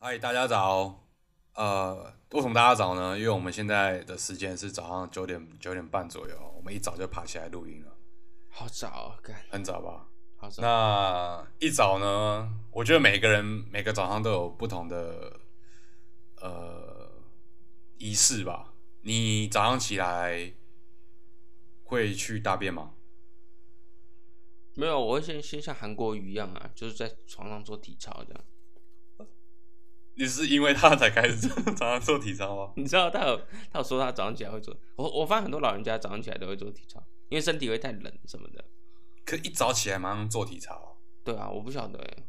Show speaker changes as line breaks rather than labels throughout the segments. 嗨，大家早。呃，为什么大家早呢？因为我们现在的时间是早上九点九点半左右，我们一早就爬起来录音了，
好早、哦，干，
很早吧？
好早。
那一早呢，我觉得每个人每个早上都有不同的呃仪式吧。你早上起来会去大便吗？
没有，我会先先像韩国瑜一样啊，就是在床上做体操这样。
你是因为他才开始早上做体 操吗？
你知道他有他有说他早上起来会做，我我发现很多老人家早上起来都会做体操，因为身体会太冷什么的。
可一早起来马上做体操，
对啊，我不晓得欸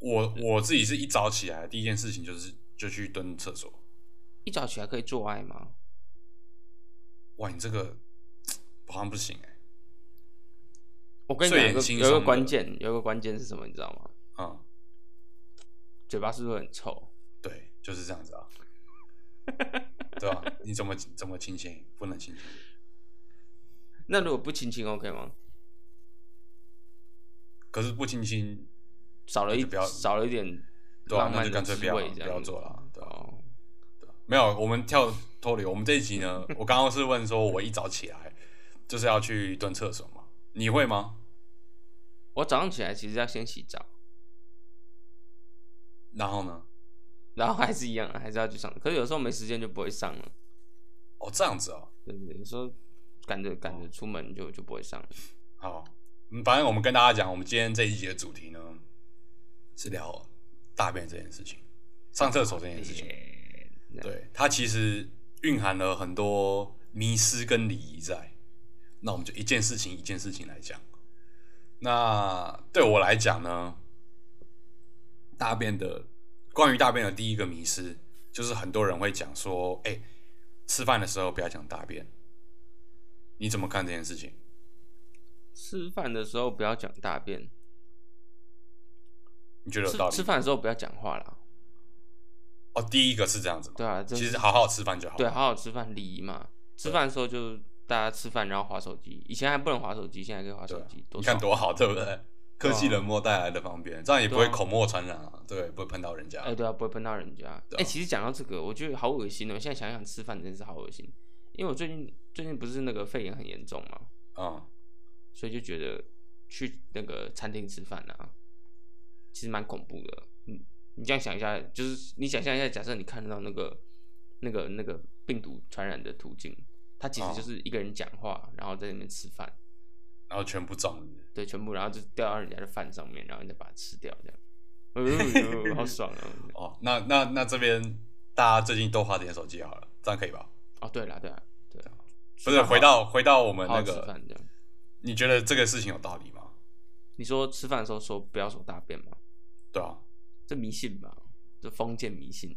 我我自己是一早起来第一件事情就是就去蹲厕所。
一早起来可以做爱吗？
哇，你这个好像不行哎、
我跟你
睡
讲
眼
有个
惺
有
忪
一
的
个关键，有一个关键是什么，你知道吗？
嗯，
嘴巴是不是很臭？
对，就是这样子啊， 对吧、你怎么怎么清醒？不能清醒。
那如果不亲亲 OK 吗？
可是不清醒，
少了
那
一
就不要
少了一点
对啊
浪
那
漫
就
的
干脆
滋
不要
味，
不
这
要
样子
做了对啊
哦
没有，我们跳脱离。我们这一集呢，我刚刚是问说，我一早起来就是要去蹲厕所嘛？你会吗？
我早上起来其实要先洗澡，
然后呢？
然后还是一样，啊还是要去上。可是有时候没时间就不会上了，
哦，这样子哦，
对不对？有时候赶着赶着出门就就不会上了。
好，嗯反正我们跟大家讲，我们今天这一集的主题呢是聊大便这件事情，上厕所这件事
哦
情。对，它其实蕴含了很多迷失跟礼仪在。那我们就一件事情一件事情来讲。那对我来讲呢，大便的关于大便的第一个迷失，就是很多人会讲说，哎、吃饭的时候不要讲大便。你怎么看这件事情？
吃饭的时候不要讲大便，
你觉得有
吃
道理吗？
吃饭的时候不要讲话啦。
哦，第一个是这样子嘛，
对啊，这
其实好好吃饭就好。
对，啊好好吃饭礼仪嘛。吃饭的时候就大家吃饭然后划手机，以前还不能划手机，现在可以划
对
手
啊
机，多
你看
爽
多好，对不对？科技
对啊
冷漠带来的方便，这样也不会
对啊
口沫传染啊，对，不会碰到人家。
哎、对啊，不会碰到人家。
对啊
哎、其实讲到这个，我觉得好恶心哦、现在想想吃饭真是好恶心，因为我最近最近不是那个肺炎很严重嘛，
嗯，
所以就觉得去那个餐厅吃饭啊，其实蛮恐怖的。你你这样想一下，就是你想象一下，假设你看到那个那个那个病毒传染的途径，它其实
哦
就是一个人讲话，然后在那边吃饭，
然后全部中，
对，全部然后就掉到人家的饭上面，然后你再把它吃掉，这样，哎呦好爽 啊！
哦，那那那这边大家最近多花点手机好了，这样可以吧？
哦，对了，对了，对啦，
啊不是，回到回到我们
啊好好
那
吃
个，
饭这样。
你觉得这个事情有道理吗？
你说吃饭的时候说不要说大便吗？
对啊，
这迷信吧，这封建迷信。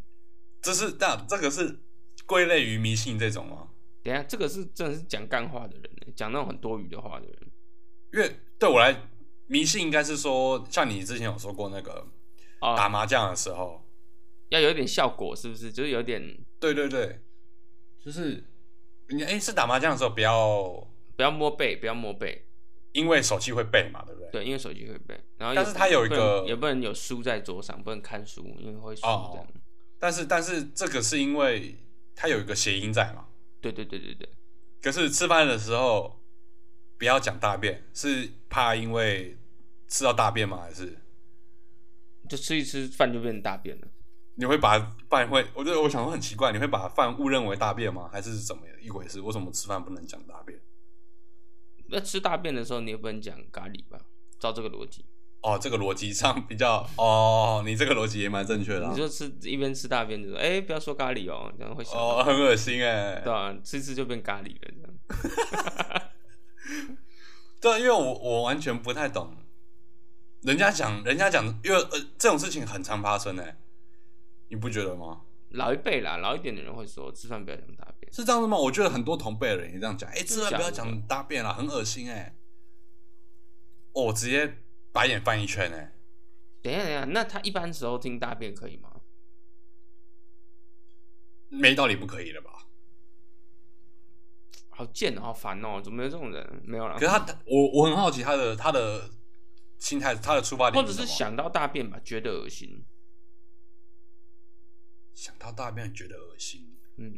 这是那这个是归类于迷信这种吗？
等一下，这个是真的是讲干话的人欸，讲那种很多余的话的人。
因为对我来，迷信应该是说，像你之前有说过那个
哦
打麻将的时候，
要有点效果，是不是？就是有点
对对对，就是你哎、是打麻将的时候不要
不要摸背，不要摸背，
因为手气会背嘛，对不对？
对，因为手机会背。然后也
但是它有一
不能
个
也不能有书在桌上，不能看书，因为会输
哦
这样。
但是但是这个是因为它有一个谐音在嘛。
对对对对对，
可是吃饭的时候不要讲大便，是怕因为吃到大便吗？还是
就吃一吃饭就变大便了。
你会把饭会？我觉得我想说很奇怪，你会把饭误认为大便吗？还是怎么一回事？为什么吃饭不能讲大便？
那吃大便的时候，你也不能讲咖喱吧？照这个逻辑，
哦，这个逻辑上比较哦，你这个逻辑也蛮正确的、啊
你。就吃一边吃大便就说，哎、不要说咖喱哦，这样会想到
哦，很恶心哎、
对啊，吃一吃就变咖喱了，这样。
对，因为我我完全不太懂，人家讲人家讲，因为呃这种事情很常发生哎、你不觉得吗？
老一辈啦，老一点的人会说，吃饭不要讲大便。
是这样子吗？我觉得很多同辈的人也这样讲，哎、吃饭不要
真的假
讲
的
大便啦，很恶心哎、哦，我直接白眼翻一圈哎、
等一下，等一下，那他一般时候听大便可以吗？嗯
没道理不可以了吧？
好贱哦，好烦哦，怎么有这种人？没有啦
可是，他我我很好奇他的他的心态，他的出发点
或者是
什么
想到大便吧，觉得恶心。
想到大便觉得恶心。
嗯，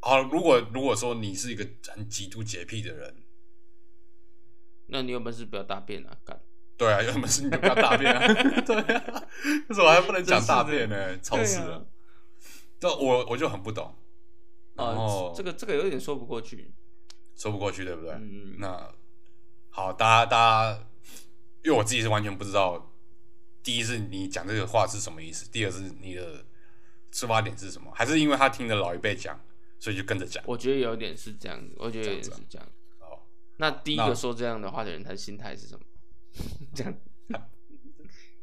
好，如果如果说你是一个很极度洁癖的人，
那你有本事不要大便啊，干。
对啊，有本事你就不要大便 啊，对啊，为什么还不能讲大便呢？超市
对啊
的，这、我我就很不懂，然
啊
后，
这个这个有点说不过去。
说不过去，对不对？
嗯，
那好，大家大家，因为我自己是完全不知道，第一是你讲这个话是什么意思，第二是你的出发点是什么，还是因为他听了老一辈讲，所以就跟着讲。
我觉得有点是这样子，我觉得有点是这样。
哦，
那第一
那
个说这样的话的人，他的心态是什么？这样，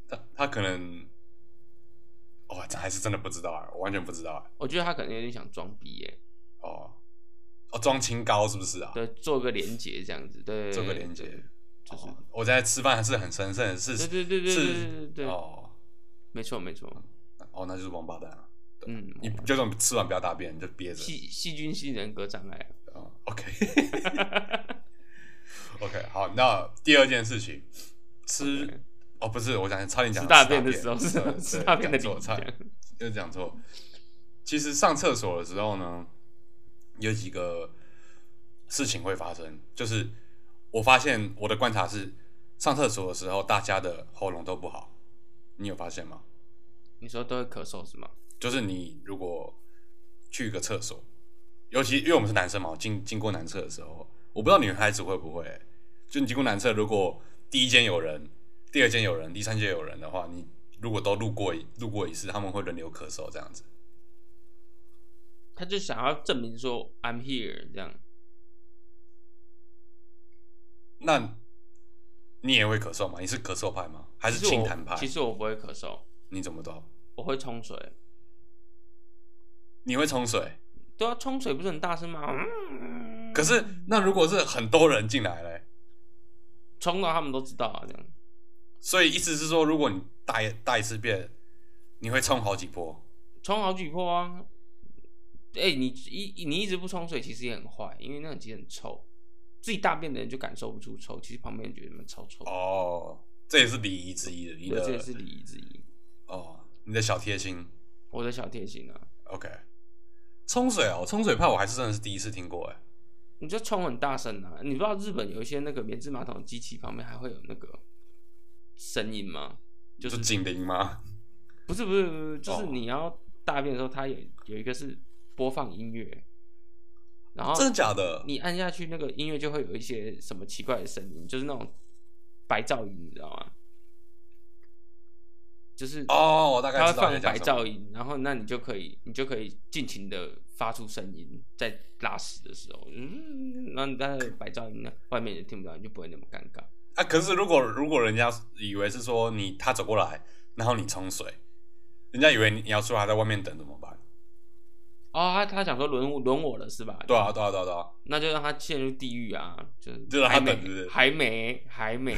他他可能，哦，这还是真的不知道啊，我完全不知道啊。
我觉得他可能有点想装逼耶，
哦，哦，装清高是不是啊？
对，做个连结这样子，对，
做个连结
就是
哦，我在吃饭是很神圣的事
对
情，
对对对对对对对
是
对，
哦
没错没错，
哦，那就是王八蛋了。
嗯，
你就这种吃完不要大便，你就憋着。
细细菌性人格障碍啊，
哦 OK OK，好，那第二件事情，吃
OK
哦，不是，我想差点讲
吃
到
大
吃
便的时候
对
是
对
吃大便的理
讲
由
错
这
差
样，
又讲错。其实上厕所的时候呢，有几个事情会发生，就是我发现我的观察是，上厕所的时候大家的喉咙都不好，你有发现吗？
你说都会咳嗽是吗？
就是你如果去一个厕所，尤其因为我们是男生嘛，经经过男厕的时候，我不知道女孩子会不会、就你经过男厕，如果第一间有人，第二间有人，第三间有人的话，你如果都路过一路过一次，他们会轮流咳嗽这样子。
他就想要证明说 I'm here 这样，
那你也会咳嗽吗？你是咳嗽派吗？还是
其实
清
我
痰派？
其实我不会咳嗽，
你怎么都，
我会冲水。
你会冲水。
对啊，冲水不是很大声吗？嗯
可是那如果是很多人进来嘞，
冲到他们都知道啊，这样。
所以意思是说，如果你大一大一次便，你会冲好几波。
冲好几波啊！哎、你一你一直不冲水，其实也很坏，因为那个其实很臭。自己大便的人就感受不出臭，其实旁边人觉得你们超臭。
哦，这也是礼仪之一的，你
对，这也
的
是礼仪之一，
哦，你的小贴心。
我的小贴心啊！
OK，冲水哦，冲水派我还是真的是第一次听过哎。
你就冲很大声啊！你不知道日本有一些那个免治马桶机器旁边还会有那个声音吗？就
就是是警铃吗？
不是不是不是，就是
哦
你要大便的时候，它有有一个是播放音乐，然后
真的假的？
哦你按下去那个音乐就会有一些什么奇怪的声音，就是那种白噪音，你知道吗？就是
哦，我大概
它会
知道
放
你在
白
讲什么。
噪音，然后那你就可以，你就可以尽情的发出声音，在拉屎的时候，嗯，然后你那个白噪音呢，外面也听不到，你就不会那么尴尬。
啊，可是如果如果人家以为是说你他走过来，然后你冲水，人家以为你你要出来在外面等怎么办？
哦，他他想说轮轮我了是吧？
对啊，对啊，对啊，对啊，
那就让他陷入地狱啊！就是
就让他
还没
等是不是
还没 还没，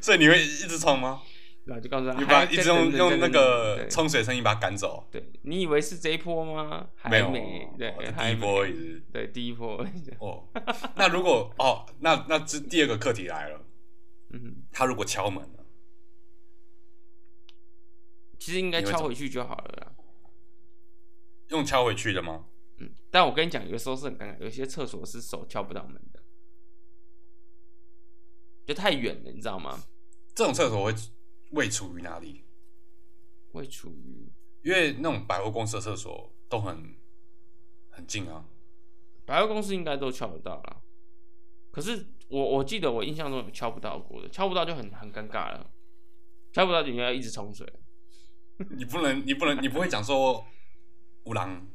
所以你会一直冲吗？
然后就告诉他，
你
还
把一
在
直
等
用
等
用
等
那
等
个
对
冲水声音把它赶走？
对，你以为是这一波吗？还
没有，
没，对
哦，这
还
第一
没
波也是
对，第一波，
哦。那如果哦，那那这第二个课题来了，
嗯，
他如果敲门了，
其实应该
你会
敲
怎
回去就好了啦。
用敲回去的吗？
嗯，但我跟你讲，有时候是很尴尬，有些厕所是手敲不到门的，就太远了，你知道吗？
这种厕所会位处于哪里？
会处于
因为那种百货公司的厕所都很很近啊。
百货公司应该都敲得到啦。可是我我记得我印象中有敲不到过的，敲不到就很很尴尬了，敲不到你要一直冲水。
你不能，你不能，你不会讲说五郎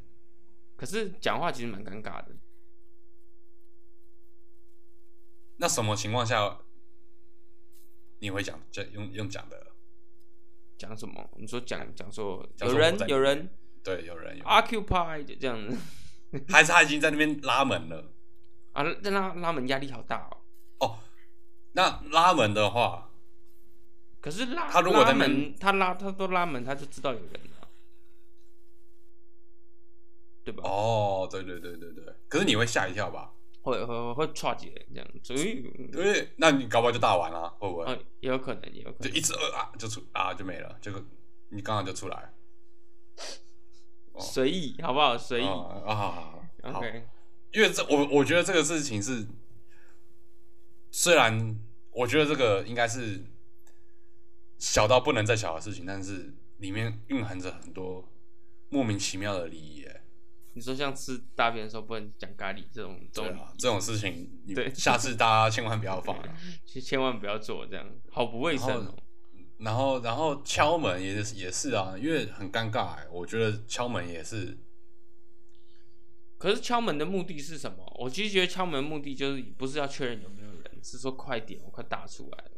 可是讲话其实蛮尴尬的，
那什么情况下你会讲这用用讲的？
讲什么？你说讲讲说
讲
有
说
人
我在
有人
对，有人有，
啊 occupied 这样子。
还是他已经在那边拉门了？
啊，那拉拉门压力好大哦。
哦，那拉门的话，
可是拉
他如果
拉
在门
门，他拉他都拉门，他就知道有人了，对吧？
哦，对对对对对，可是你会吓一跳吧？
会会会岔解这样，所以呃
因为
啊
那你搞不好就大完了、会不会？
哦，也有可能，也有可
就
能
一直呃啊就出啊就没了，就你刚好就出来了。哦
随意好不好？随意。
哦啊，好好好好
OK，
因为这我我觉得这个事情是，虽然我觉得这个应该是小到不能再小的事情，但是里面蕴含着很多莫名其妙的利益。哎
你说像吃大便的时候不能讲咖喱这种
对
东
啊，这种事情，你
对
下次大家千万不要放了。
西，千万不要做这样，好不卫生
然
哦
后。然后，然后敲门也是也是啊，因为很尴尬哎、我觉得敲门也是
可是敲门的目的是什么？我其实觉得敲门的目的就是不是要确认有没有人，是说快点，我快打出来了。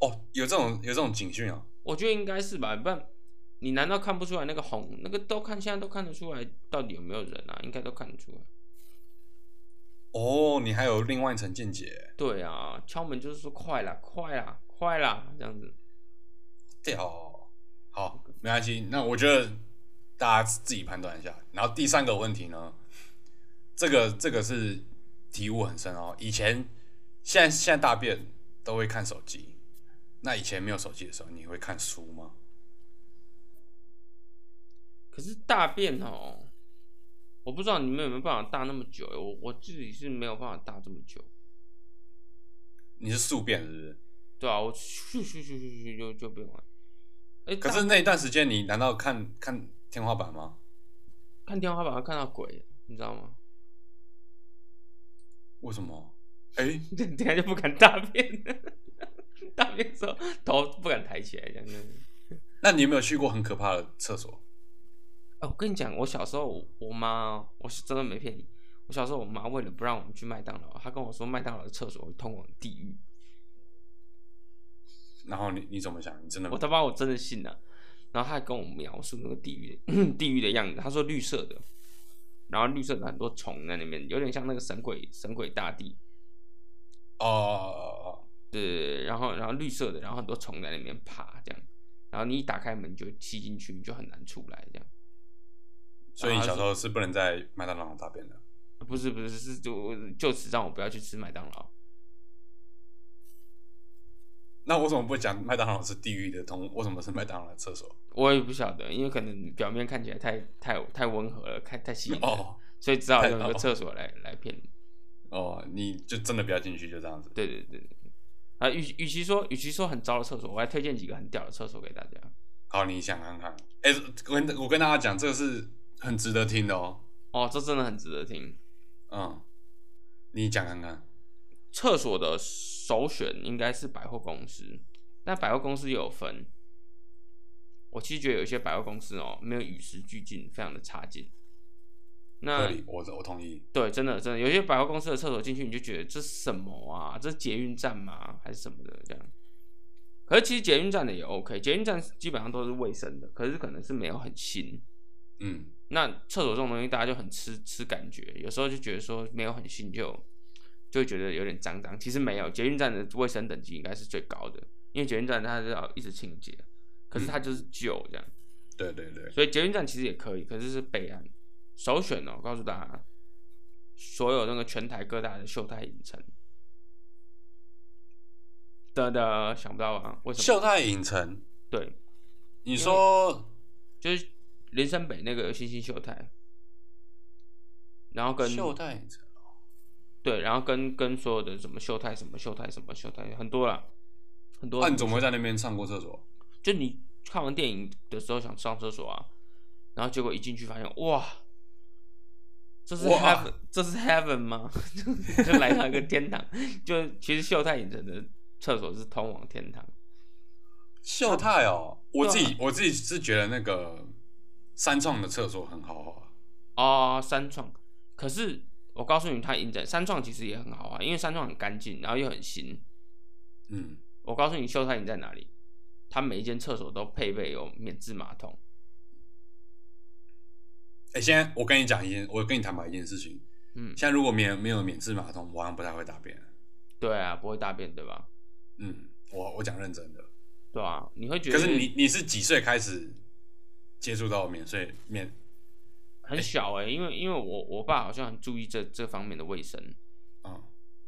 哦，有这种有这种警讯啊。
我觉得应该是吧，不然你难道看不出来那个红那个都看现在都看得出来到底有没有人啊？应该都看得出来。
哦，你还有另外一层见解，
对啊，敲门就是说快啦，快啦，快啦，这样子。
屌哦。好，没关系。那我觉得大家自己判断一下。然后第三个问题呢，这个这个是体悟很深哦。以前现在现在大便都会看手机，那以前没有手机的时候，你会看书吗？
可是大便哦，我不知道你们有没有办法大那么久，我我自己是没有办法大这么久。
你是宿便是不是？
对啊，我咻咻咻咻咻就就变完。哎、
可
大
是那一段时间，你难道看看天花板吗？
看天花板会看到鬼，你知道吗？
为什么？哎、
等下就不敢大便，大便的时候头不敢抬起来，这样子。
那你有没有去过很可怕的厕所？
哦，我跟你讲，我小时候我妈，我是真的没骗你，我小时候我妈为了不让我们去麦当劳，她跟我说麦当劳的厕所会通往地狱，
然后你你怎么想？你真的
我他妈我真的信了、然后她还跟我描述那个地狱的 地狱的样子，她说绿色的，然后绿色的很多虫在那边，有点像那个神鬼神鬼大地，
哦哦
对，然后然后绿色的，然后很多虫在那边爬这样，然后你一打开门就吸进去，你就很难出来这样。
哦，所以你小时候是不能在麦当劳大便的。
不是不是是就就此让我不要去吃麦当劳，
那为什么不讲麦当劳是地狱的通？为什么是麦当劳的厕所？
我也不晓得，因为可能表面看起来太太太温和了，太太吸引人，
哦
所以只好用一
太
个
哦
厕所来来骗你。
哦，你就真的不要进去，就这样子。
对对对，对啊，与与其说与其说很糟的厕所，我还推荐几个很屌的厕所给大家。
好，你想看看？哎、我跟我跟大家讲，这个是很值得听的哦。
哦，这真的很值得听。
嗯，你讲看看。
厕所的首选应该是百货公司，但百货公司也有分。我其实觉得有一些百货公司哦，没有与时俱进，非常的差劲。
合
那
理，我我同意。
对，真的真的，有些百货公司的厕所进去你就觉得这是什么啊？这是捷运站吗？还是什么的这样？可是其实捷运站的也 OK，捷运站基本上都是卫生的，可是可能是没有很新。
嗯，
那厕所这种东西，大家就很吃吃感觉，有时候就觉得说没有很新就就会觉得有点脏脏。其实没有，捷运站的卫生等级应该是最高的，因为捷运站它是要一直清洁，可是它
嗯
就是旧这样，
对对对。
所以捷运站其实也可以，可是是备案首选哦。告诉大家，所有那个全台各大的秀泰影城，的的想不到啊，为什
秀
么？
泰影城，
对，
你说
就是林森北那个星星秀泰，然后跟
秀泰影城，
对，然后跟跟所有的什么秀泰什么秀泰什么秀泰很多啦，很多。
那、啊你怎么会在那边上过厕所？
就你看完电影的时候想上厕所啊，然后结果一进去发现哇，这是
哇
heaven，这是 heaven 吗？ 就来到一个天堂。就其实秀泰影城的厕所是通往天堂。
秀泰哦，我自
对
己我自己是觉得那个三创的厕所很豪华，
哦，三创。可是我告诉你，它影展三创其实也很好啊，因为三创很干净，然后又很新。
嗯，
我告诉你，秀泰影在哪里？它每一间厕所都配备有免治马桶。
哎、现在我跟你讲一件，我跟你坦白一件事情，
嗯，
现在如果没有没有免治马桶，我好像不太会大便，
对啊，不会大便对吧？
嗯，我我讲认真的，
对啊，你会觉得
可是你你是几岁开始接触到免税免？
很小哎、因为因为我我爸好像很注意这这方面的卫生，
嗯，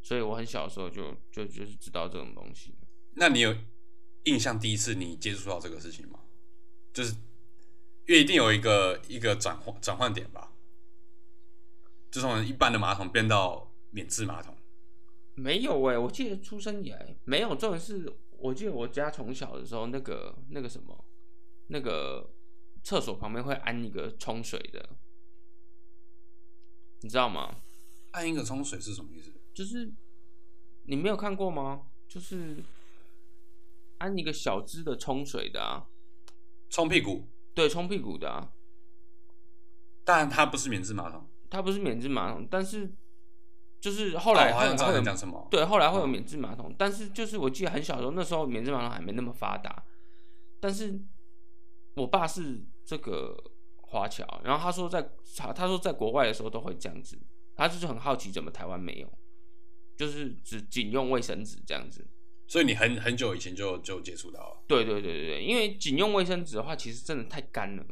所以我很小的时候就就就是知道这种东西。
那你有印象第一次你接触到这个事情吗？就是因为一定有一个一个转换转换点吧，就从一般的马桶变到免治马桶。
没有哎、我记得出生以来没有。重点是，我记得我家从小的时候，那个那个什么，那个厕所旁边会安一个冲水的，你知道吗？
按一个冲水是什么意思？
就是你没有看过吗？就是安一个小只的冲水的啊，
冲屁股，
对，冲屁股的啊。
但它不是免治马桶。
它不是免治马桶，但是就是后来
哦我
后
好
来
像知道
会
你
有
在讲什么。
对，后来会有
嗯
免治马桶，但是就是我记得很小的时候，那时候免治马桶还没那么发达，但是我爸是这个华侨，然后他说在他他说在国外的时候都会这样子，他就是很好奇怎么台湾没有，就是只仅用卫生纸这样子。
所以你很很久以前就就接触到了，
对对对对对，因为仅用卫生纸的话，其实真的太干了，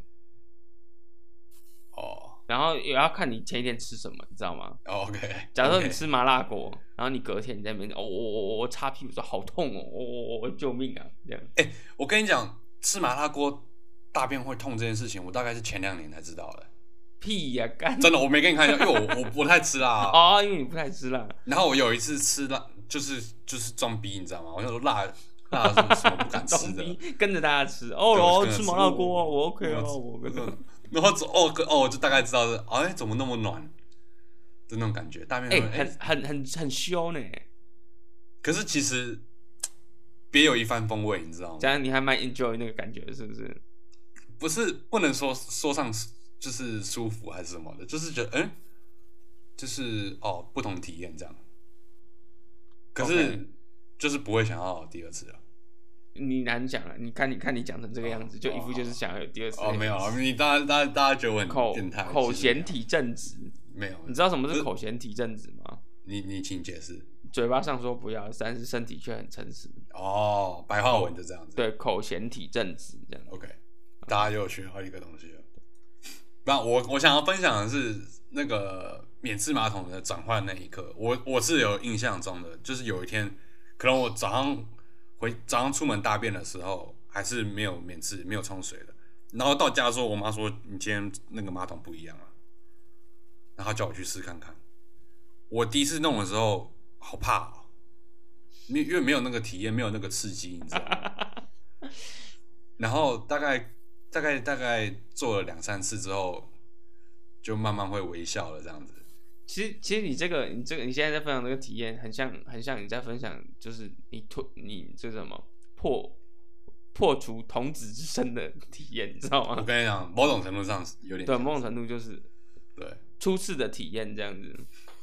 哦
然后也要看你前一天吃什么，你知道吗？
哦，OK。
假如说你吃麻辣锅然后你隔天你在那边哦，我我我我擦屁股说好痛哦，我我我我救命啊，这样。
我跟你讲，吃麻辣锅大便会痛这件事情，我大概是前两年才知道的。
屁呀、干！
真的，啊我没跟你开玩笑，因为我我我不太吃辣。
哦，因为你不太吃辣，
然后我有一次吃辣，就是就是装逼，你知道吗？我想说辣辣是什么不敢吃
装
的。
逼跟着大家吃。哦，然后
跟着
吃
吃
麻辣锅哦，
我
我 OK 哦，我
我
OK 哦。
然后走哦哦，我就大概知道是，哎，怎么那么暖的那种感觉，大便
哎，
会哎
很很很很羞呢。
可是其实别有一番风味，你知道吗
这？样你还蛮 enjoy 那个感觉，是不是？
不是不能说说上就是舒服还是什么的，就是觉得嗯，就是哦不同体验这样。可是
OK
就是不会想要第二次了。
你难讲了，你看你看你讲成这个样子，
哦
就一副
哦
就是想要有第二次。
哦，没有，啊，你大家大家大家觉得我
口
很变态，
口
其实没
嫌
有
体正直，
没有，
你知道什么
不
是
是
口嫌体正直吗？
你你请解释
嘴巴上说不要，但是身体却很诚实。
哦，白话文就这样子。
对，口嫌体正直这样。
OK，大家又学到一个东西了。那我我想要分享的是那个免治马桶的转换那一刻，我我是有印象中的，就是有一天，可能我早上回早上出门大便的时候，还是没有免治没有冲水的，然后到家之后，我妈说你今天那个马桶不一样啊，然后她叫我去试看看。我第一次弄的时候好怕哦，因为因为没有那个体验，没有那个刺激，你知道吗？然后大概大概大概做了两三次之后，就慢慢会微笑了这样子。
其实，其实你这个，你这个，你现在在分享这个体验，很像，很像你在分享，就是你脱，你这什么破破除童子之身的体验，你知道
我
吗？
跟你讲，某种程度上有点
对，
像
某种程度就是
对，
初次的体验这样子。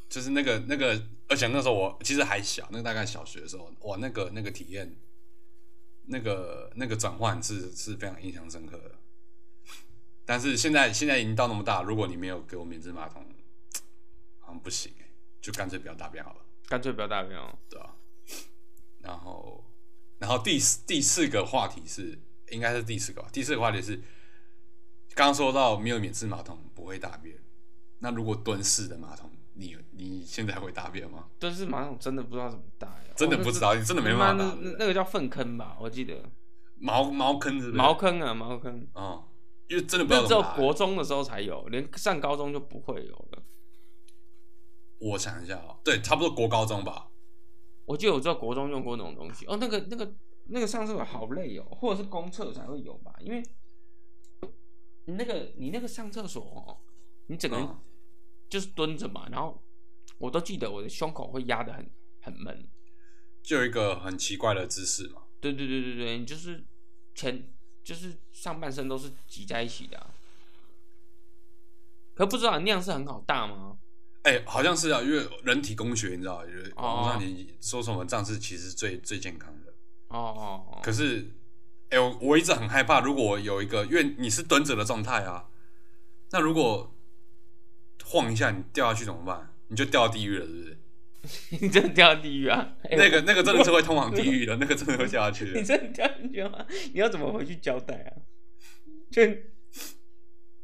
就是那个那个，而且那时候我其实还小，那个大概小学的时候，哇，那个那个体验，那个那个转换是是非常印象深刻的。但是现在现在已经到那么大，如果你没有给我免治马桶，好像不行欸就干脆不要大便好了。
干脆不要大便哦。
对啊。然后，然后第四第四个话题是，应该是第四个吧？第四个话题是，刚刚说到没有免治马桶不会大便，那如果蹲式的马桶，你你现在会大便吗？
但是马桶真的不知道怎么大呀，
真的
哦
不知道，你真的
那
没
是
办法
那
大
那
便。
那个叫粪坑吧，我记得
茅茅坑是不是？
茅坑啊，茅坑。
啊、嗯，因为真的不知
那
道
只
怎
有
么大欸。
国中的时候才有，连上高中就不会有了。
我想一下哦，对，差不多国高中吧。
我记得我知道国中用过那种东西哦，那个那个那个上厕所好累哦，或者是公厕才会有吧，因为你那个你那个上厕所哦，你整个人
嗯
就是蹲着嘛，然后我都记得我的胸口会压得很很闷，
就有一个很奇怪的姿势嘛，
对对对对对，你就是前就是上半身都是挤在一起的啊、可不知道那样是很好大吗？
哎、好像是啊，因为人体工学，你知道，因为
哦
网络上你说什么这样是其实最最健康的。
哦哦 哦，
可是，哎、我我一直很害怕，如果我有一个，因为你是蹲着的状态啊，那如果晃一下你掉下去怎么办？你就掉地狱了，是不是？
你真的掉地狱啊！哎
那个那个真的是会通往地狱的，那个真的会掉下去
你
的。
真的掉进去吗？你要怎么回去交代啊？ 就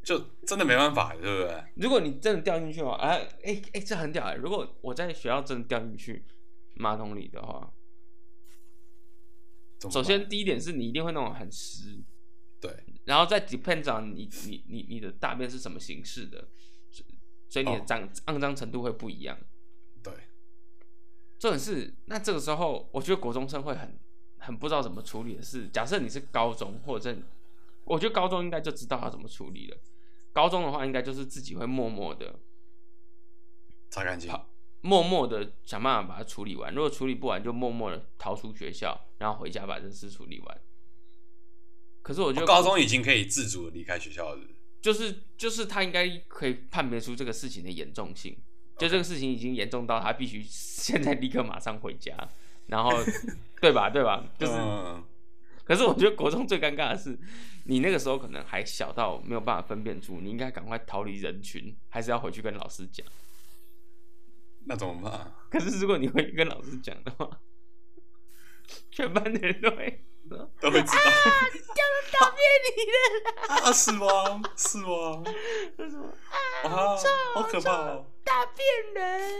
就真的没办法，对不对？
如果你真的掉进去的话，哎哎哎，这很屌哎、如果我在学校真的掉进去马桶里的话，
怎么办
首先第一点是你一定会那种很湿，
对，
然后再 depends on 你你你你的大便是什么形式的，所所以你的
哦
脏、肮脏程度会不一样。
对，
重点是，那这个时候，我觉得国中生会很很不知道怎么处理的是，假设你是高中或者是，我觉得高中应该就知道要怎么处理了。高中的话，应该就是自己会默默的、
擦干净。
好默默的想办法把它处理完。如果处理不完，就默默的逃出学校，然后回家把这事处理完。可是我觉得
我哦高中已经可以自主的离开学校了，
就是就是他应该可以判别出这个事情的严重性，就这个事情已经严重到他必须现在立刻马上回家，然后 对吧对吧？就是，
嗯
可是我觉得国中最尴尬的是，你那个时候可能还小到没有办法分辨出，你应该赶快逃离人群，还是要回去跟老师讲。
那怎么办？
可是如果你回去跟老师讲的话， 全班的人都会 说
都会知道
啊讨厌
啊？是吗？是 吗？
你了，说什么
啊，好可怕哦！
大便人，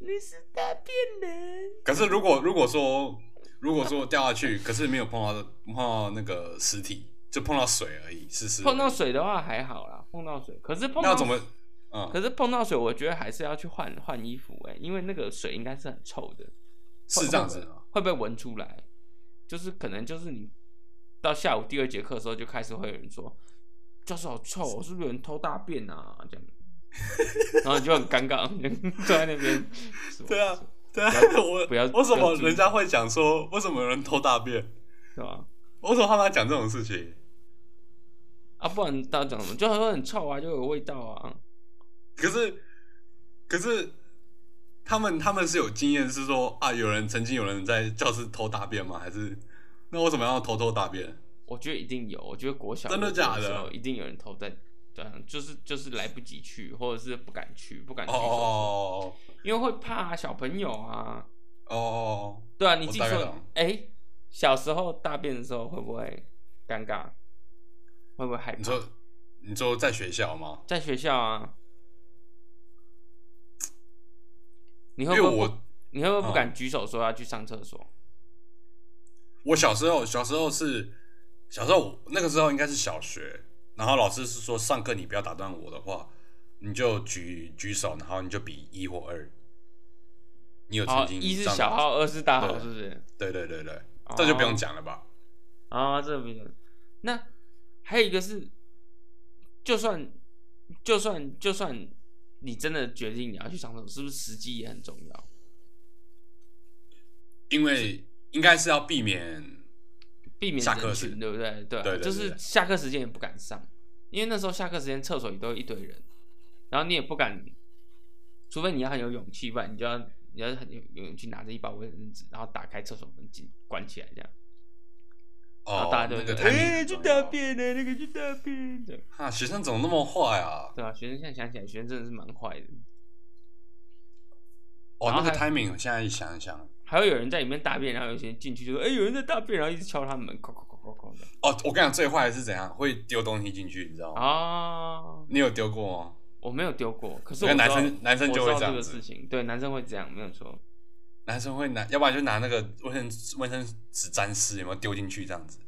你是大便人。
可是如果如果说如果说掉下去，可是没有碰到碰到那个尸体，就碰到水而已，是是
碰到水的话还好啦，碰到水，可是
那
碰到
要怎么？嗯，
可是碰到水，我觉得还是要去换换衣服哎、因为那个水应该是很臭的，
是这样子吗？
会被闻出来。就是可能就是你到下午第二节课的时候，就开始会有人说教室好臭哦，是不是有人偷大便啊？这 样，然后你就很尴尬，坐在那边。是吧
对啊，对啊，我
不要
为什
不要
么
注意
人家会讲说为什么有人偷大便？
是吧？
为什么他们要讲这种事情？
啊，不然大家讲什么？就会很臭啊，就有味道啊。
可是，可是他们他们是有经验，是说啊，有人曾经有人在教室偷大便吗？还是那为什么要偷偷大便？
我觉得一定有，我觉得国小
真的假的
时候一定有人偷在，对啊，就是就是来不及去，或者是不敢去，不敢去
哦
手术，
哦
因为会怕小朋友啊，
哦哦，
对啊，你自己
我大概
说
懂，
哎、小时候大便的时候会不会尴尬？会不会害
你
怕？
说你说在学校吗？
在学校啊，你
因
会
为
不会不
我
你会不会不
嗯
敢举手说要去上厕所？
我小时候小时候是小时候我那个时候应该是小学，然后老师是说上课你不要打断我的话，你就举举手，然后你就比一或二。你有
好，
曾经
哦一是
上
小
过
号，二是大号，
对
是不是？
对对对对，这就不
哦
用讲了吧？
啊，这个不行。那还有一个是，就算就算就算你真的决定你要去上厕所，是不是时机也很重要？
因为应该是要避免，
避免
下课
人
时
群，对不对？对啊，
对对
就
对
是
对
下课时间也不敢上，因为那时候下课时间厕所里都有一堆人，然后你也不敢，除非你要很有勇气吧，你就要你要很有有勇气拿着一包卫生纸，然后打开厕所门进关起来这样，然
哦
后，大家就
那
会
个
说
太
哎、
明
去
显
大
了
便了，那个去大便这样
啊！学生怎么那么坏啊？
对啊，学生现在想起来，学生真的是蛮坏的。
哦，
然后
那个
还
timing，我现在一想一想，
还会有人在里面大便，然后有些人进去就说：“哎、有人在大便！”然后一直敲他们门，哐哐哐哐哐的。
哦，我跟你讲，最坏的是怎样，会丢东西进去，你知道吗？
啊，
你有丢过吗？
我没有丢过，可是
我跟
我
男
知道
生男生
我
就
知
会
道
这
这
样
个
子
事情，对，男生会这样，没有错。
男生会拿，要不然就拿那个卫生卫生纸沾湿，有没有丢进去这 样子，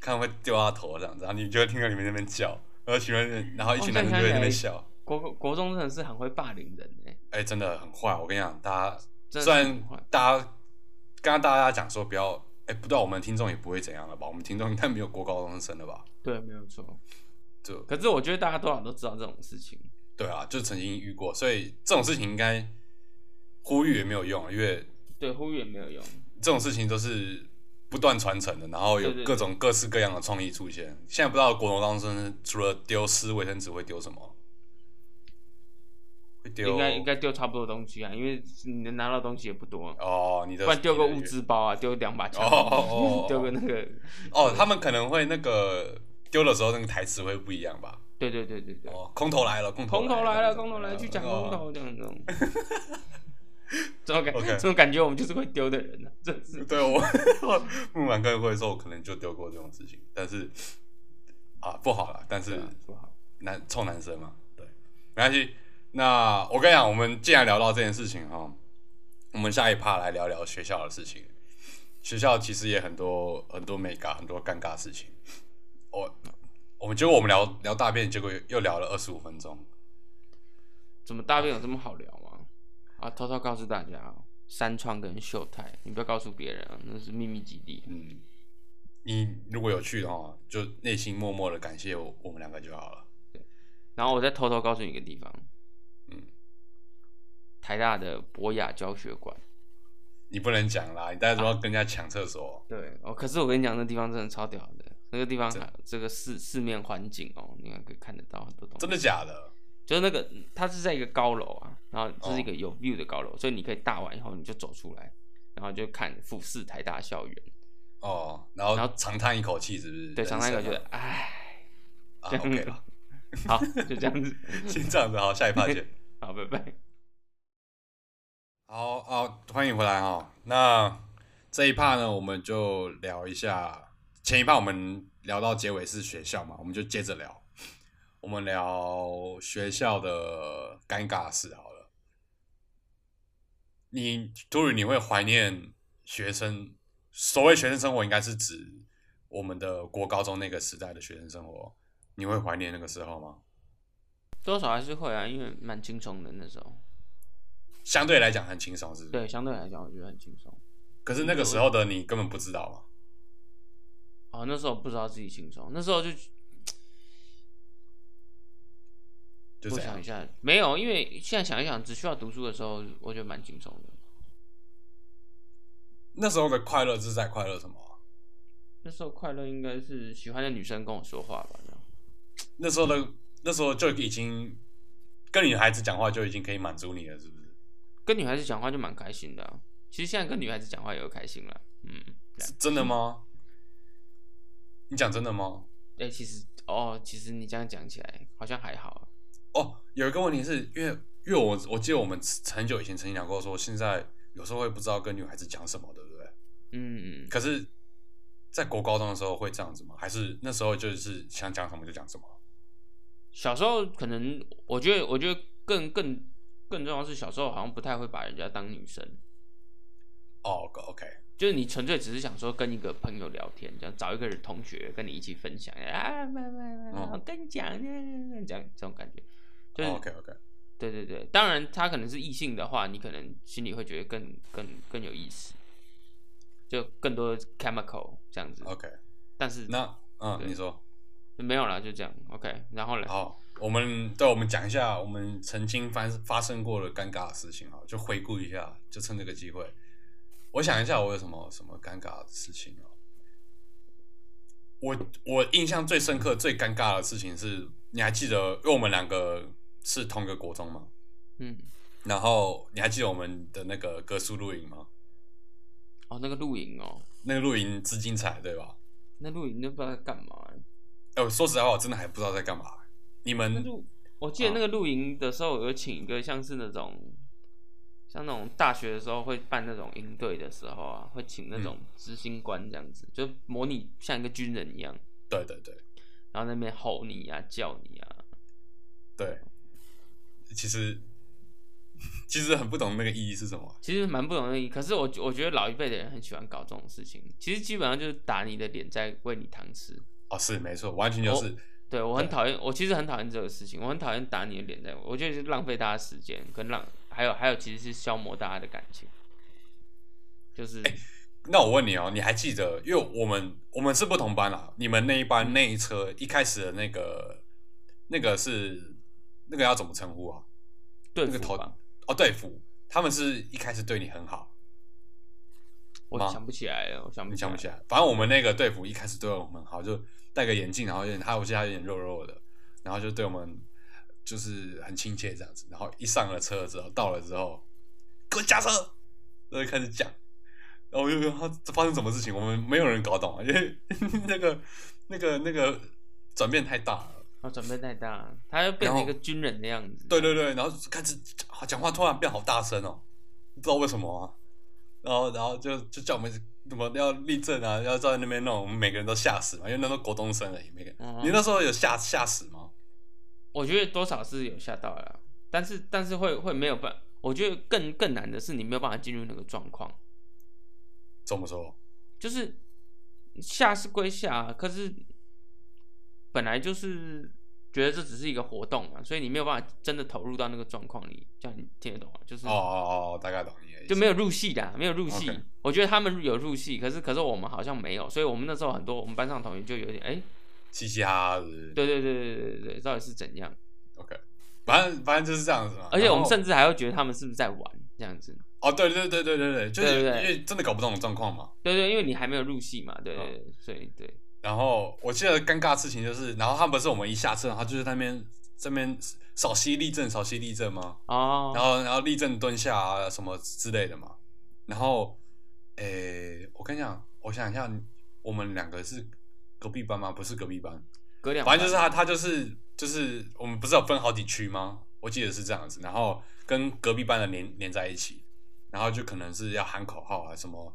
看会丢到头这样子，然后你就会听到里面那边叫，然后群人，然后一群男生就会在那边笑，
国国中真的是很会霸凌人哎、
哎、真的很坏。我跟你讲，大家
真的
虽
是很
然
坏。
大家刚刚大家讲说不要，哎、不对，我们听众也不会怎样了吧？我们听众应该没有国高中生了吧？
对，没有错。
就
可是我觉得大家多少都知道这种事情，
对啊，就曾经遇过，所以这种事情应该呼吁也没有用，因为
对，呼吁也没有用。
这种事情都是不断传承的，然后有
对对对
各种各式各样的创意出现。现在不知道国高中生除了丢湿卫生纸会丢什么？会丢
应该应该丢差不多东西啊，因为你能拿到东西也不多，
哦，你的
不然丢个
你
物
的
资包啊，丢两把枪啊
哦哦哦哦，
丢个那个，
哦，他们可能会那个丢的时候那个台词会不一样吧？
对对对对对。
哦，空投来了，空投
空投来了，
这样
空
子
投来了，去讲
哦
空投这样子。 这种感
OK
这种感觉，我们就是会丢的人呢、啊，真是。
对我，木兰哥会说，我可能就丢过这种事情，但是啊，不好了，但是
不好。
男臭男生嘛，对，没关系。那我跟你讲，我们既然聊到这件事情哈，我们下一趴来聊聊学校的事情。学校其实也很多很多美嘎，很多尴尬事情。我我们结果我们聊聊大便，结果又又聊了二十五分钟。
怎么大便有这么好聊吗？啊，偷偷告诉大家哦，山川跟秀泰，你不要告诉别人啊，那是秘密基地。
嗯，你如果有去的话，就内心默默的感谢我我们两个就好了。
然后我再偷偷告诉你一个地方，
嗯，
台大的博雅教学馆。
你不能讲啦，你到时候跟人家抢厕所。
对哦，可是我跟你讲，那地方真的超屌的，那个地方还这个四四面环境哦，你还可以看得到很多东西。
真的假的？
就是那个，它是在一个高楼啊，然后这是一个有 view 的高
哦
楼，所以你可以大完以后你就走出来，然后就看俯视台大校园。
哦，然后
然后
长叹一啊口气，是不是？
对，常常有
人
觉
生
得，唉，
啊
这样
OK 了，
好，就这 样子，
先这样子，好，下一趴见。
好，拜拜。
好好，欢迎回来哈、那这一趴呢，我们就聊一下前一趴我们聊到结尾是学校嘛，我们就接着聊，我们聊学校的尴尬事好了。你杜宇，你会怀念学生？所谓学生生活，应该是指我们的国高中那个时代的学生生活。你会怀念那个时候吗？
多少还是会啊，因为蛮轻松的那时候。
相对来讲很轻松，是不是？
对，相对来讲我觉得很轻松。
可是那个时候的你根本不知道嘛。
哦，那时候不知道自己轻松，那时候就
就这
我想
样
一。下，没有，因为现在想一想，只需要读书的时候，我觉得蛮轻松的。
那时候的快乐是在快乐什么啊？
那时候快乐应该是喜欢的女生跟我说话吧，这样。
那时候的那时候就已经跟女孩子讲话就已经可以满足你了，是不是？
跟女孩子讲话就蛮开心的啊、其实现在跟女孩子讲话也会开心了，嗯，这样
是真的吗？
嗯
你讲真的吗？
哎、其实哦，其实你这样讲起来好像还好啊，
哦，有一个问题是因为因为我我记得我们很久以前曾经聊过，说现在有时候会不知道跟女孩子讲什么，对不对？
嗯，
可是，在国高中的时候会这样子吗？还是那时候就是想讲什么就讲什么？
小时候可能我觉得，我觉得更更更重要的是小时候好像不太会把人家当女生，
哦，OK，
就是你纯粹只是想说跟一个朋友聊天，这样找一个同学跟你一起分享啊，妈妈妈，我跟你讲，这样这种感觉，就
嗯
是、
哦，OK，OK，
对对对，当然他可能是异性的话，你可能心里会觉得更更更有意思，就更多 chemical 这样子。
OK，
但是
哦那嗯，
对
你说。
没有啦，就这样 OK。然后嘞，
好，我们对，我们讲一下我们曾经发发生过的尴尬的事情啊，就回顾一下，就趁这个机会，我想一下我有什么什么尴尬的事情啊。我我印象最深刻、最尴尬的事情是，你还记得，因为我们两个是同一个国中嘛，
嗯，
然后你还记得我们的那个格数露营吗？
哦，那个露营哦，
那个露营之精彩，对吧？
那露营都不知道在干嘛。
哎、我说实在话，我真的还不知道在干嘛。你
那
们
露，我记得那个露营的时候，我有请一个像是那种，像那种大学的时候会办那种营队的时候啊，会请那种执行官这样子，就模拟像一个军人一样，
对对对
然后在那边吼你啊、叫你啊，
对，其实其实很不懂那个意义是什么。
其实蛮不容易，可是我我觉得老一辈的人很喜欢搞这种事情。其实基本上就是打你的脸在喂你糖吃。
哦，是没错，完全就是、
对我很
对
讨厌，我其实很讨厌这个事情，我很讨厌打你的脸在喂，我觉得是浪费大家时间，跟浪还有还有其实是消磨大家的感情。就是、
那我问你哦，你还记得？因为我们我们是不同班啦，你们那一班那一车一开始的那个那个是那个要怎么称呼啊？
对
那个
付
头
吧，
哦，对付他们是一开始对你很好，
我
吗
想不起来了，我想不
你
起来
想不起来？反正我们那个队服一开始对我们很好，就戴个眼镜，然后有点他我记得他有点肉肉的，然后就对我们就是很亲切这样子。然后一上了车之后，到了之后，给我下车，然后就开始讲。然后我就说他这发生什么事情，我们没有人搞懂啊，因为 那个那个那个转变太大了。
我准备太大了，他又变
然
成
后
一个军人的样子。
对对对，然后开始啊讲话突然变好大声哦，不知道为什么、啊。然后然后就就叫我们怎么要立正啊，要在那边弄，我们每个人都吓死嘛，因为那时候国中生而已，每个人。
嗯
你那时候有吓吓死吗？
我觉得多少是有吓到了，但是但是会会没有办，我觉得更更难的是你没有办法进入那个状况。
怎么说？
就是吓是归吓，可是啊本来就是觉得这只是一个活动嘛，所以你没有办法真的投入到那个状况里，这样你听得懂吗？就是
哦哦哦，大概懂你的意思。
嗯就没有入戏的啊，没有入戏
OK。
我觉得他们有入戏，可是可是我们好像没有，所以我们那时候很多我们班上同学就有点哎，
嘻嘻哈哈，是不是？
对对对对对对对，到底是怎样？
，OK，反正反正就是这样子嘛。
而且我们
然后
甚至还会觉得他们是不是在玩这样子？
哦，对对对对对对，就是
对对对
因为真的搞不懂的状况嘛。
对对，因为你还没有入戏嘛，对对
嗯
对，所以对，
然后我记得尴尬的事情就是，然后他不是我们一下车，他就是在那边这边稍息立正，稍息立正吗？
哦，
然后然后立正蹲下啊什么之类的嘛。然后，诶，我跟你讲，我想一下，我们两个是隔壁班吗？不是隔壁班，
隔两班，
反正就是他，他就是就是我们不是有分好几区吗？我记得是这样子，然后跟隔壁班的连连在一起，然后就可能是要喊口号啊，什么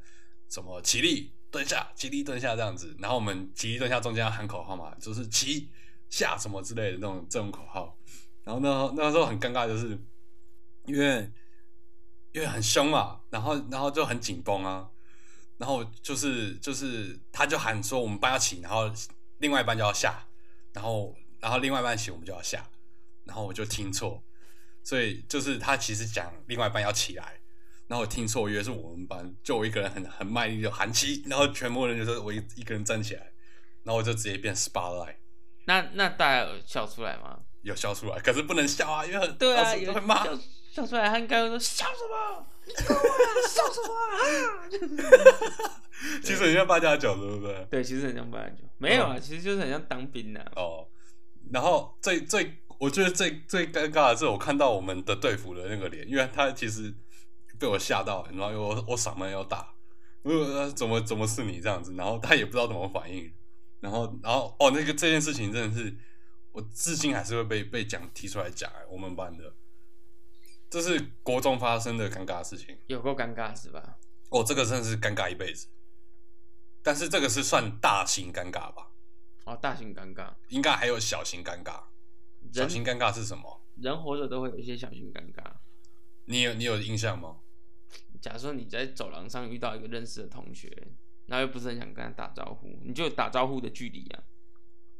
什么起立蹲下，起立蹲下这样子，然后我们起立蹲下中间要喊口号嘛，就是起下什么之类的那种这种口号，然后呢那时候很尴尬，就是因为因为很凶嘛，然后然后就很紧绷啊，然后就是就是他就喊说我们班要起，然后另外一班就要下，然后然后另外一半起我们就要下，然后我就听错，所以就是他其实讲另外一半要起来，然后我听错，以为是我们班，就我一个人很很卖力就喊起，然后全部人就是我一一个人站起来，然后我就直接变 spotlight，
那那大家有笑出来吗？
有笑出来，可是不能笑啊，因为很
对
老
啊，
师
有
会骂，
笑笑出来，他应该会说笑什么？你跟我啊笑什么啊？
其实很像八加九，对不对？
对，其实很像八加九，
嗯
没有啊，其实就是很像当兵啊。
哦，然后最最我觉得最最尴尬的是我看到我们的队服的那个脸，因为他其实被我吓到，然后因为我我嗓门又大，我就呃怎么怎么是你这样子，然后他也不知道怎么反应，然后然后哦那个这件事情真的是我至今还是会被被讲提出来讲、哎我们班的。这是国中发生的尴尬的事情
有够尴尬是吧？
哦，这个真的是尴尬一辈子。但是这个是算大型尴尬吧？
哦，大型尴尬，
应该还有小型尴尬。小
人
型尴尬是什么？
人活着都会有一些小型尴尬。
你有你有印象吗？
假设你在走廊上遇到一个认识的同学，然后又不是很想跟他打招呼，你就有打招呼的距离啊。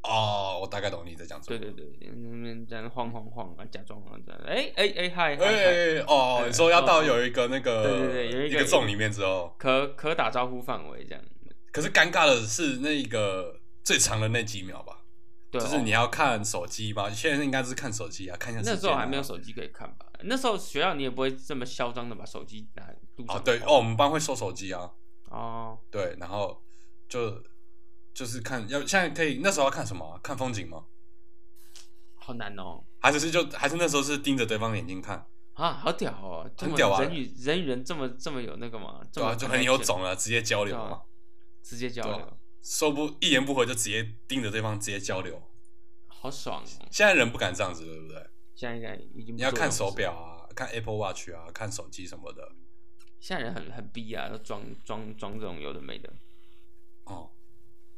哦，我大概懂你在讲什
对
么。
对对，那边这样晃晃晃啊，假装啊这样，哎哎哎嗨嗨嗨，
哎、哦，
对
你说要到有一个那个，
对对对有一
一个
个
洞里面之后，
可可打招呼范围这样。
可是尴尬的是那个最长的那几秒吧，
对，
就是
哦
你要看手机吧，现在应该是看手机啊，看一下时间啊、
那时候还没有手机可以看吧？那时候学校你也不会这么嚣张的把手机拿路
哦
上。，
对哦，我们班会收手机啊，
哦，
对，然后就就是看要现在可以那时候要看什么啊、看风景吗？
好难哦，
还是是就还是那时候是盯着对方眼睛看，
啊，好屌哦，这么
屌啊
人与人与人这么这么有那个嘛，这
对
么
啊，就很有
connection，
种了，直接交
对
流
啊
嘛，，
直接交
对啊
流，
说不一言不合就直接盯着对方直接交流，
好爽哦。
现在人不敢这样子，对不对？
现在应该已经不
你要
做
看
这种
手
事
表啊，看 Apple Watch 啊，看手机什么的。
现在人很很逼啊，都装装装这种有的没的。啊
哦，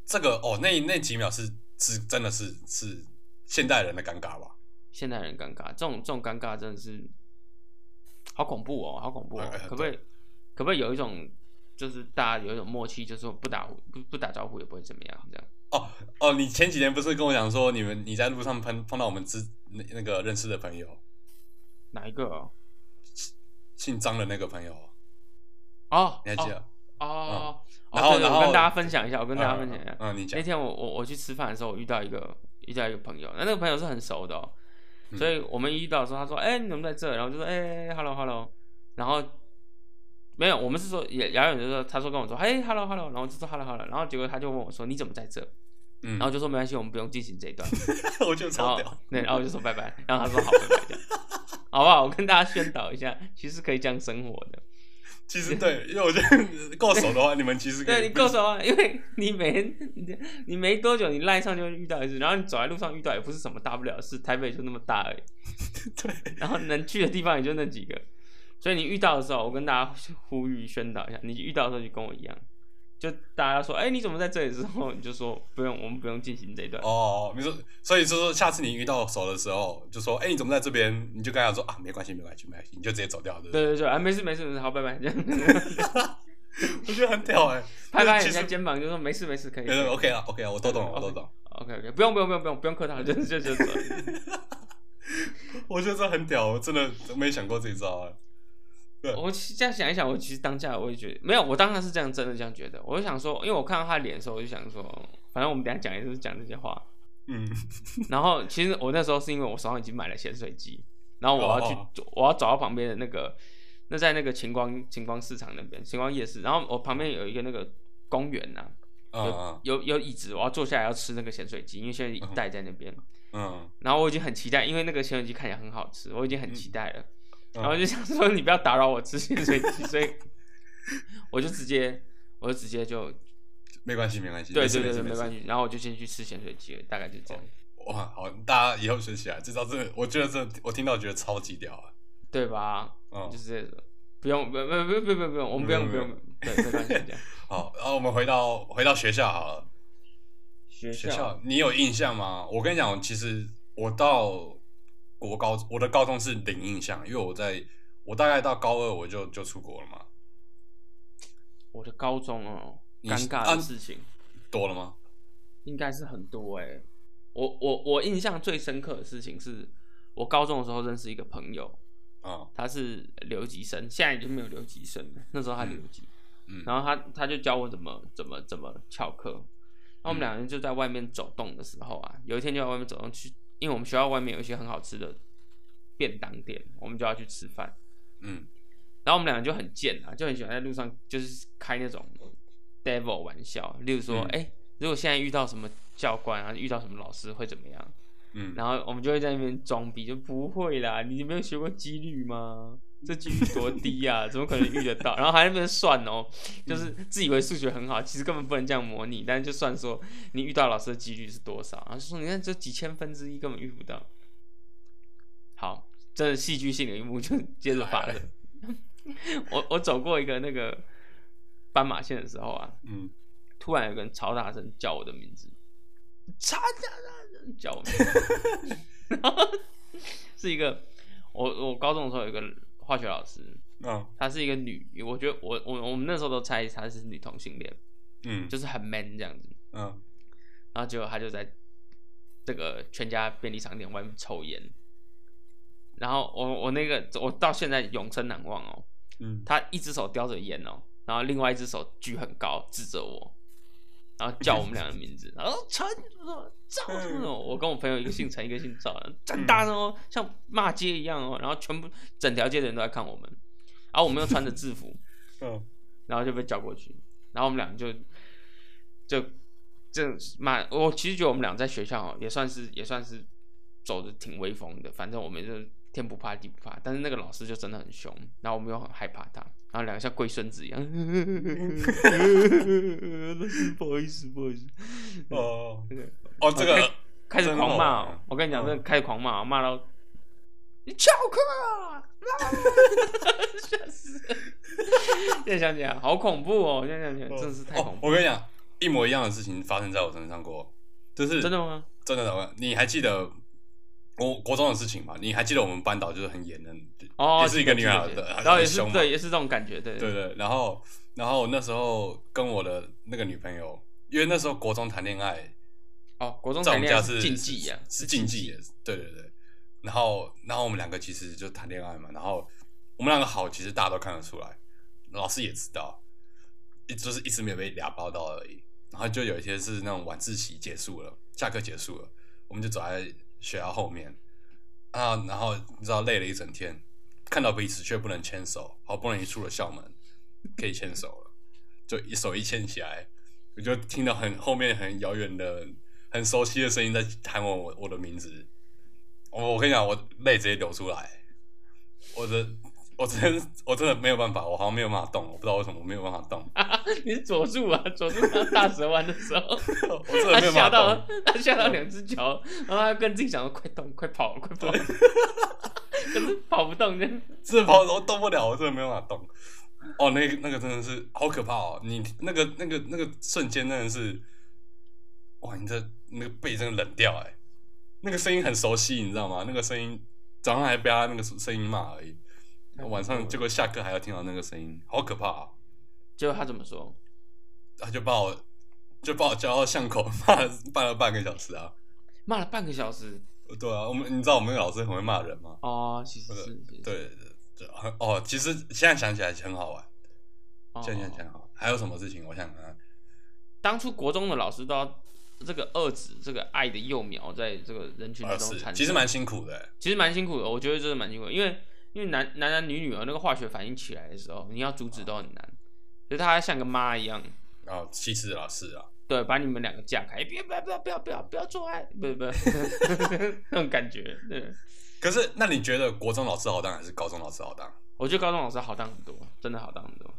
这个哦，那那几秒是是真的是是现代人的尴尬吧？
现代人尴尬，这种这种尴尬真的是好恐怖哦，好恐怖哦！
哎哎
可不可以可不可以有一种就是大家有一种默契，就是说不打不不打招呼也不会怎么样这样？
哦哦，你前几天不是跟我讲说你们你在路上碰碰到我们之那那个认识的朋友，
哪一个哦？
姓张的那个朋友，
哦，
你还记得？嗯
哦？哦，
然后
对对
然后
我跟大家分享一下，我跟大家
嗯
分享一下。
嗯，你
那
讲。
天我我我去吃饭的时候，我遇到一个遇到一个朋友，那那个朋友是很熟的、哦，
嗯
所以我们一遇到的时候，他说：“哎、你怎么在这？”然后我就说：“哎、h e l l o hello。”然后没有，我们是说也遥远的时候，他说跟我说：“哎、h e l l o hello。”然后我就说：“hello hello。”然后结果他就问我说：“你怎么在这？”
嗯
然后我就说：“没关系，我们不用进行这一段。
我觉得”
然
超
后
屌。
对，然后我就说拜拜，然后他说好拜拜这样，好不好？我跟大家宣导一下，其实可以这样生活的。
其实对，因为我觉得够熟的话，你们其实可以
对你够熟啊，因为你每天你没多久，你赖上就会遇到一次，然后你走在路上遇到也不是什么大不了的事，台北就那么大而已，
对，
然后能去的地方也就那几 个，所以你遇到的时候，我跟大家呼吁宣导一下，你遇到的时候就跟我一样，就大家说，哎、你怎么在这里之后，你就说不用，我们不用进行这一段，
哦，你说，所以就说下次你遇到熟的时候，就说，哎、你怎么在这边？你就跟他说啊，没关系，没关系，没关系，你就直接走掉，对不对？
对对对，啊，没事没事没事，好，拜拜，这样，
我觉得很屌哎、
拍拍
其
人
实
家肩膀就说没事没事，可以。
对对，OK 啊，OK 啊，我都懂，我都懂。
OK OK，不用不用不用不用不用客套，就是就是走。
我觉得这很屌，我真的没想过这一招啊。
我其实这样想一想，我其实当下我也觉得没有，我当然是这样真的这样觉得。我就想说，因为我看到他脸的时候，我就想说，反正我们等一下讲也就是讲这些话。
嗯，
然后其实我那时候是因为我手上已经买了咸水鸡，然后我要去、
哦
我要找到旁边的那个那在那个晴光晴光市场那边晴光夜市，然后我旁边有一个那个公园呐、
嗯
有有椅子，我要坐下来要吃那个咸水鸡，因为现在一袋在那边。
嗯
然后我已经很期待，因为那个咸水鸡看起来很好吃，我已经很期待了。
嗯
然后就想说你不要打扰我吃咸水鸡，所以我就直接我就直接就
嗯，没关系，没关系，
对
没事
对对
没
对
事
没
没
关
事。哦
系，然后我就先去吃咸水鸡了，大概就这样。
哇，好，大家以后学起来，这招真的，我觉得这我听到觉得超级屌啊。
对吧？
嗯
就，是这种，不用，不不不不不不用，我们不用不
没有
用，对，没关系， 这样。
好，然后我们回到回到学校好了。
学
学校，你有印象吗？我跟你讲，其实我到国高，我的高中是零印象，因为我在我大概到高二我就就出国了嘛。
我的高中哦，
你
尴
是
尬
啊
的事情
多了吗？
应该是很多哎、我我我印象最深刻的事情是，我高中的时候认识一个朋友，
啊、
他是留级生，现在已经没有留级生了，那时候他留级，
嗯
然后他他就教我怎么怎么怎么翘课。然
嗯
后我们两个人就在外面走动的时候啊，有一天就在外面走动去，因为我们学校外面有一些很好吃的便当店，我们就要去吃饭。
嗯
然后我们两个就很贱啊，就很喜欢在路上就是开那种 devil 玩笑，例如说，
嗯
哎、如果现在遇到什么教官啊，遇到什么老师会怎么样？
嗯，
然后我们就会在那边装逼，就不会啦，你没有学过几率吗？这几率多低啊， 怎么可能遇得到？然后还在那边算哦，就是自以为数学很好，其实根本不能这样模拟，但是就算说你遇到老师的几率是多少，然后就说你看这几千分之一根本遇不到。好，这戏剧性的一幕就接着发生。我我走过一个那个斑马线的时候啊，
嗯，
突然有个人超大声叫我的名字，超大声叫我名字，然后是一个我我高中的时候有一个化学老师，
啊
她是一个女，我觉得我我我们那时候都猜她是女同性恋，
嗯
就是很 man 这样子，
嗯
然后结果她就在这个全家便利商店外面抽烟，然后我我那个我到现在永生难忘哦，
嗯，
他一只手叼着烟哦，然后另外一只手举很高指着我，然后叫我们俩的名字，然后陈赵什么什么，我跟我朋友一个姓陈，一个姓赵，很大声哦，像骂街一样哦，然后全部整条街的人都在看我们，然后我们又穿着制服，
嗯
然后就被叫过去，然后我们俩就就就骂我，其实觉得我们俩在学校哦也算是也算是走的挺威风的，反正我们就是天不怕地不怕，但是那个老师就真的很凶，然后我们又很害怕他，然后两个像龟孙子一样， 老师不好意思不好意思，
哦哦，这个
开始
真
狂
好
骂、
玩
哦，我跟你
嗯
讲，真的开始狂骂、哦，骂到你翘课啊！吓死人！现在想起来好恐怖哦！现在想起来真的是太恐
哦，
怖。
我跟你讲，一模一样的事情发生在我身上过，就是
真的吗？
真的的，你还记得国国中的事情吗？你还记得我们班导就是很严的，
哦，
也是一个
记
女
得
孩
记得
的，
然后也
很
是
凶嘛啊
对，也是这种感觉，对
对
对
对，然后然后那时候跟我的那个女朋友，因为那时候国中谈恋爱，
哦，国中
在我
谈
们
恋爱
家是
禁忌啊，
是禁忌的，对对对。然后然后我们两个其实就谈恋爱嘛，然后我们两个好，其实大家都看得出来，老师也知道，一就是一直没有被俩包到而已。然后就有一些是那种晚自习结束了，下课结束了，我们就走在学校后面啊，然后你知道累了一整天，看到彼此却不能牵手，好不容易出了校门，可以牵手了，就一手一牵起来，我就听到很后面很遥远的、很熟悉的声音在喊我我我的名字，我我跟你讲，我泪直接流出来，我的我真我真的没有办法，我好像没有办法动，我不知道为什么我没有办法动，
对。你是佐助啊，佐助他大蛇丸的时 候，
我真
他
的没有办法
吓
动
到了。，他吓到两只脚，然后他跟自己讲说：“快动，快跑，快 跑！”可是跑不动，这样
这跑我动不了，我真的没办法动。哦，那个那个真的是好可怕哦！你那个那个那个瞬间真的是，哇，你这那个背真的冷掉哎、那个声音很熟悉，你知道吗？那个声音早上还被他那个声音骂而已，晚上结果下课还要听到那个声音，好可怕、哦！
结果他怎么说？
他就把我就把我叫到巷口骂了骂了半个小时啊。
骂了半个小时
对啊，我们你知道我们那个老师很会骂人吗？
哦，其实是，
对，对很哦，其实现在想起来很好玩，
哦
现在想起来很好玩。还有什么事情？我想想看，
当初国中的老师都要这个二指这个爱的幼苗在这个人群
二
之中
十
产生，，
其实蛮辛苦的欸。
其实蛮辛苦的，我觉得真的蛮辛苦的，因为因为男男男女女儿那个化学反应起来的时候，你要阻止
啊
都很难，所以他像个妈一样，
然后其实啊是啊，
对，把你们两个架开，别不要不要不要不要不要做爱，不不， 那种感觉。对，
可是那你觉得国中老师好当还是高中老师好当？
我觉得高中老师好当很多，真的好当很多，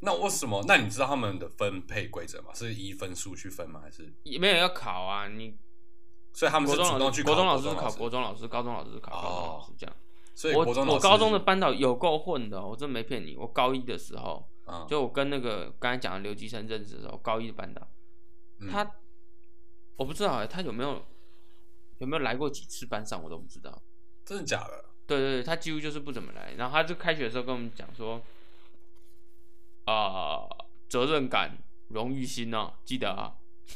那为什么？那你知道他们的分配规则吗？是以分数去分吗？还是
也没有要考啊，你
所以他们
国
是
中
主
老
动
师
去
国
考
中老
国
师
中
考
老师哦
国中老师，高中老师考高中老师这样。
所以
我
国中老
我
师
高中的班导有够混的哦，我真没骗你，我高一的时候，
啊，
就我跟那个刚才讲的刘继生认识的时候，高一的班导。
嗯
他，我不知道哎、他有没有有没有来过几次班上，我都不知道。
真的假的？
对对对，他几乎就是不怎么来。然后他就开学的时候跟我们讲说，啊、责任感、荣誉心哦，记得啊。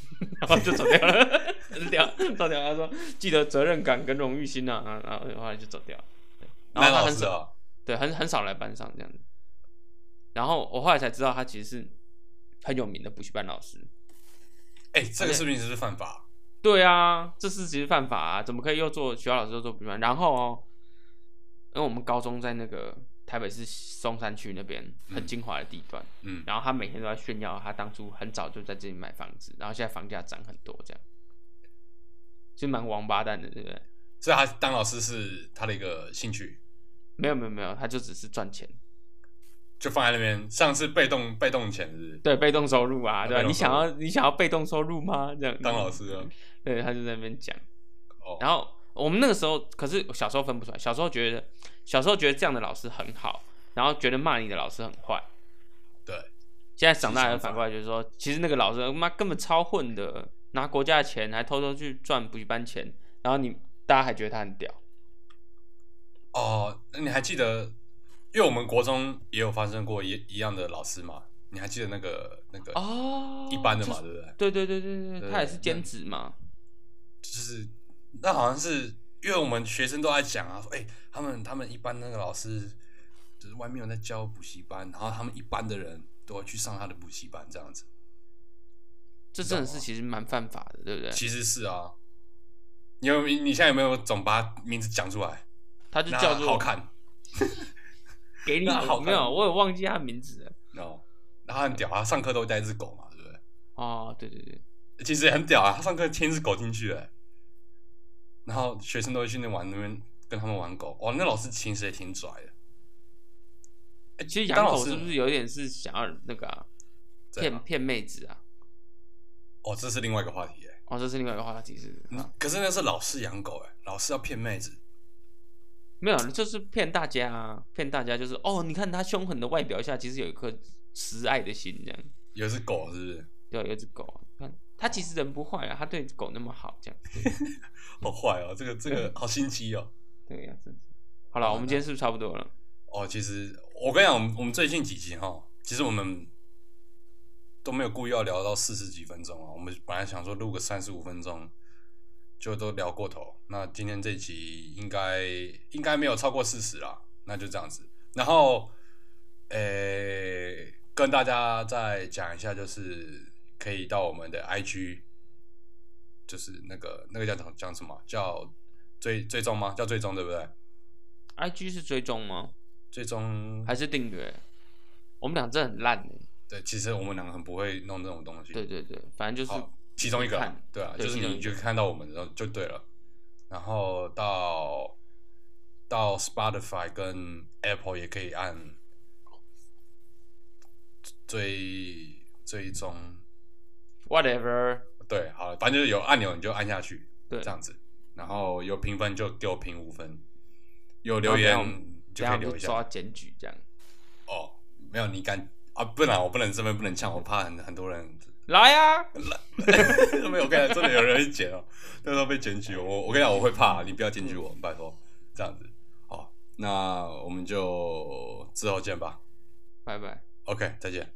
然后就走掉了，走掉，走掉。他说记得责任感跟荣誉心啊，啊然后后来就走掉。对
男
然后他
老
很
师
少，
啊，
对，很很少来班上这样子。然后我后来才知道，他其实是很有名的补习班老师。
哎，这个事情是不是犯法？
对啊，这事其实犯法啊，怎么可以又做学校老师又做补习班？然后哦，因为我们高中在那个台北市松山区那边很精华的地段，
嗯，
然后他每天都在炫耀他当初很早就在这里买房子，然后现在房价涨很多，这样，就蛮王八蛋的，对不对？
所以他当老师是他的一个兴趣，
没有没有没有，他就只是赚钱，
就放在那边。上次被动被动钱是不是
对被动收入啊，对
被动
吧、
收入
你想要你想要被动收入吗？这样
当老师啊，
对，他就在那边讲。
哦，
然后我们那个时候，可是小时候分不出来，小时候觉得小时候觉得这样的老师很好，然后觉得骂你的老师很坏。
对，
现在长大了
是想法
反过来就是说，其实那个老师妈根本超混的，拿国家的钱还偷偷去赚补习班钱，然后你大家还觉得他很屌。
哦，那你还记得？因为我们国中也有发生过一一样的老师嘛，你还记得那个那个
哦
一般的
就
嘛，
是
对不对？
对对对对对，
对
他也是兼职嘛。
就是那好像是因为我们学生都在讲啊，说哎、他们他们一般那个老师就是外面有在教补习班，然后他们一般的人都会去上他的补习班这样子。
这真的是其实蛮犯法的，对不对？
其实是啊，你有你现在有没有总把名字讲出来？
他就
那
叫做
好看
给你
那好看
没有，我也忘记他名字了。
哦，然后很屌啊，他上课都带一只狗嘛，对不对？
哦，对对对，
其实也很屌啊，他上课牵一只狗进去哎，然后学生都会去那玩那边跟他们玩狗，哇，那老师其实也挺拽的。哎
其实
当
养
老
狗
师
是不是有点是想要那个啊
对
骗
啊
骗妹子啊？
哦，这是另外一个话题哎。
哦，这是另外一个话题是不是
嗯可是那是老师养狗哎、老师要骗妹子，
没有，就是骗大家啊，骗大家就是哦，你看他凶狠的外表下，其实有一颗慈爱的心，这样
有一只狗是不是？
对，有一只狗啊，你看他其实人不坏啊，他对狗那么好，这样对
好坏哦，这个这个好心机哦。
对呀、真是。好了，我们今天是不是差不多了？
哦，其实我跟你讲，我们我们最近几集哈，其实我们都没有故意要聊到四十几分钟啊。我们本来想说录个三十五分钟，就都聊过头。那今天这集应该应该没有超过四十啦，那就这样子。然后，诶、跟大家再讲一下，就是可以到我们的 IG，就是那个那个叫讲讲什么叫追追踪吗？叫追踪对不对？
i g 是追踪吗？
追踪
还是订阅？我们俩真的很烂哎、
对，其实我们两个很不会弄这种东西。
对，对对，反正就是
好，其中一个啦
看，
对啊，
对
就是
其中一
你
个
就看到我们的时候就对了。然后到到 Spotify 跟 Apple 也可以按追追踪，
whatever。
对，好了，反正就是有按钮你就按下去，
对，
这样子。然后有评分就给我评五分，有留
然
言
后等下我们
就
等下
可以
我们
留
就
一
抓
下。
检举这样。
哦，没有你敢啊？不然我不能这边不能呛，我怕很很多人
来啊，
没有，我跟你讲，真的有人会剪哦， 到时候被检举哦。我我跟你讲，我会怕，你不要检举我，拜托，这样子。好，那我们就之后见吧。
拜拜。
OK，再见。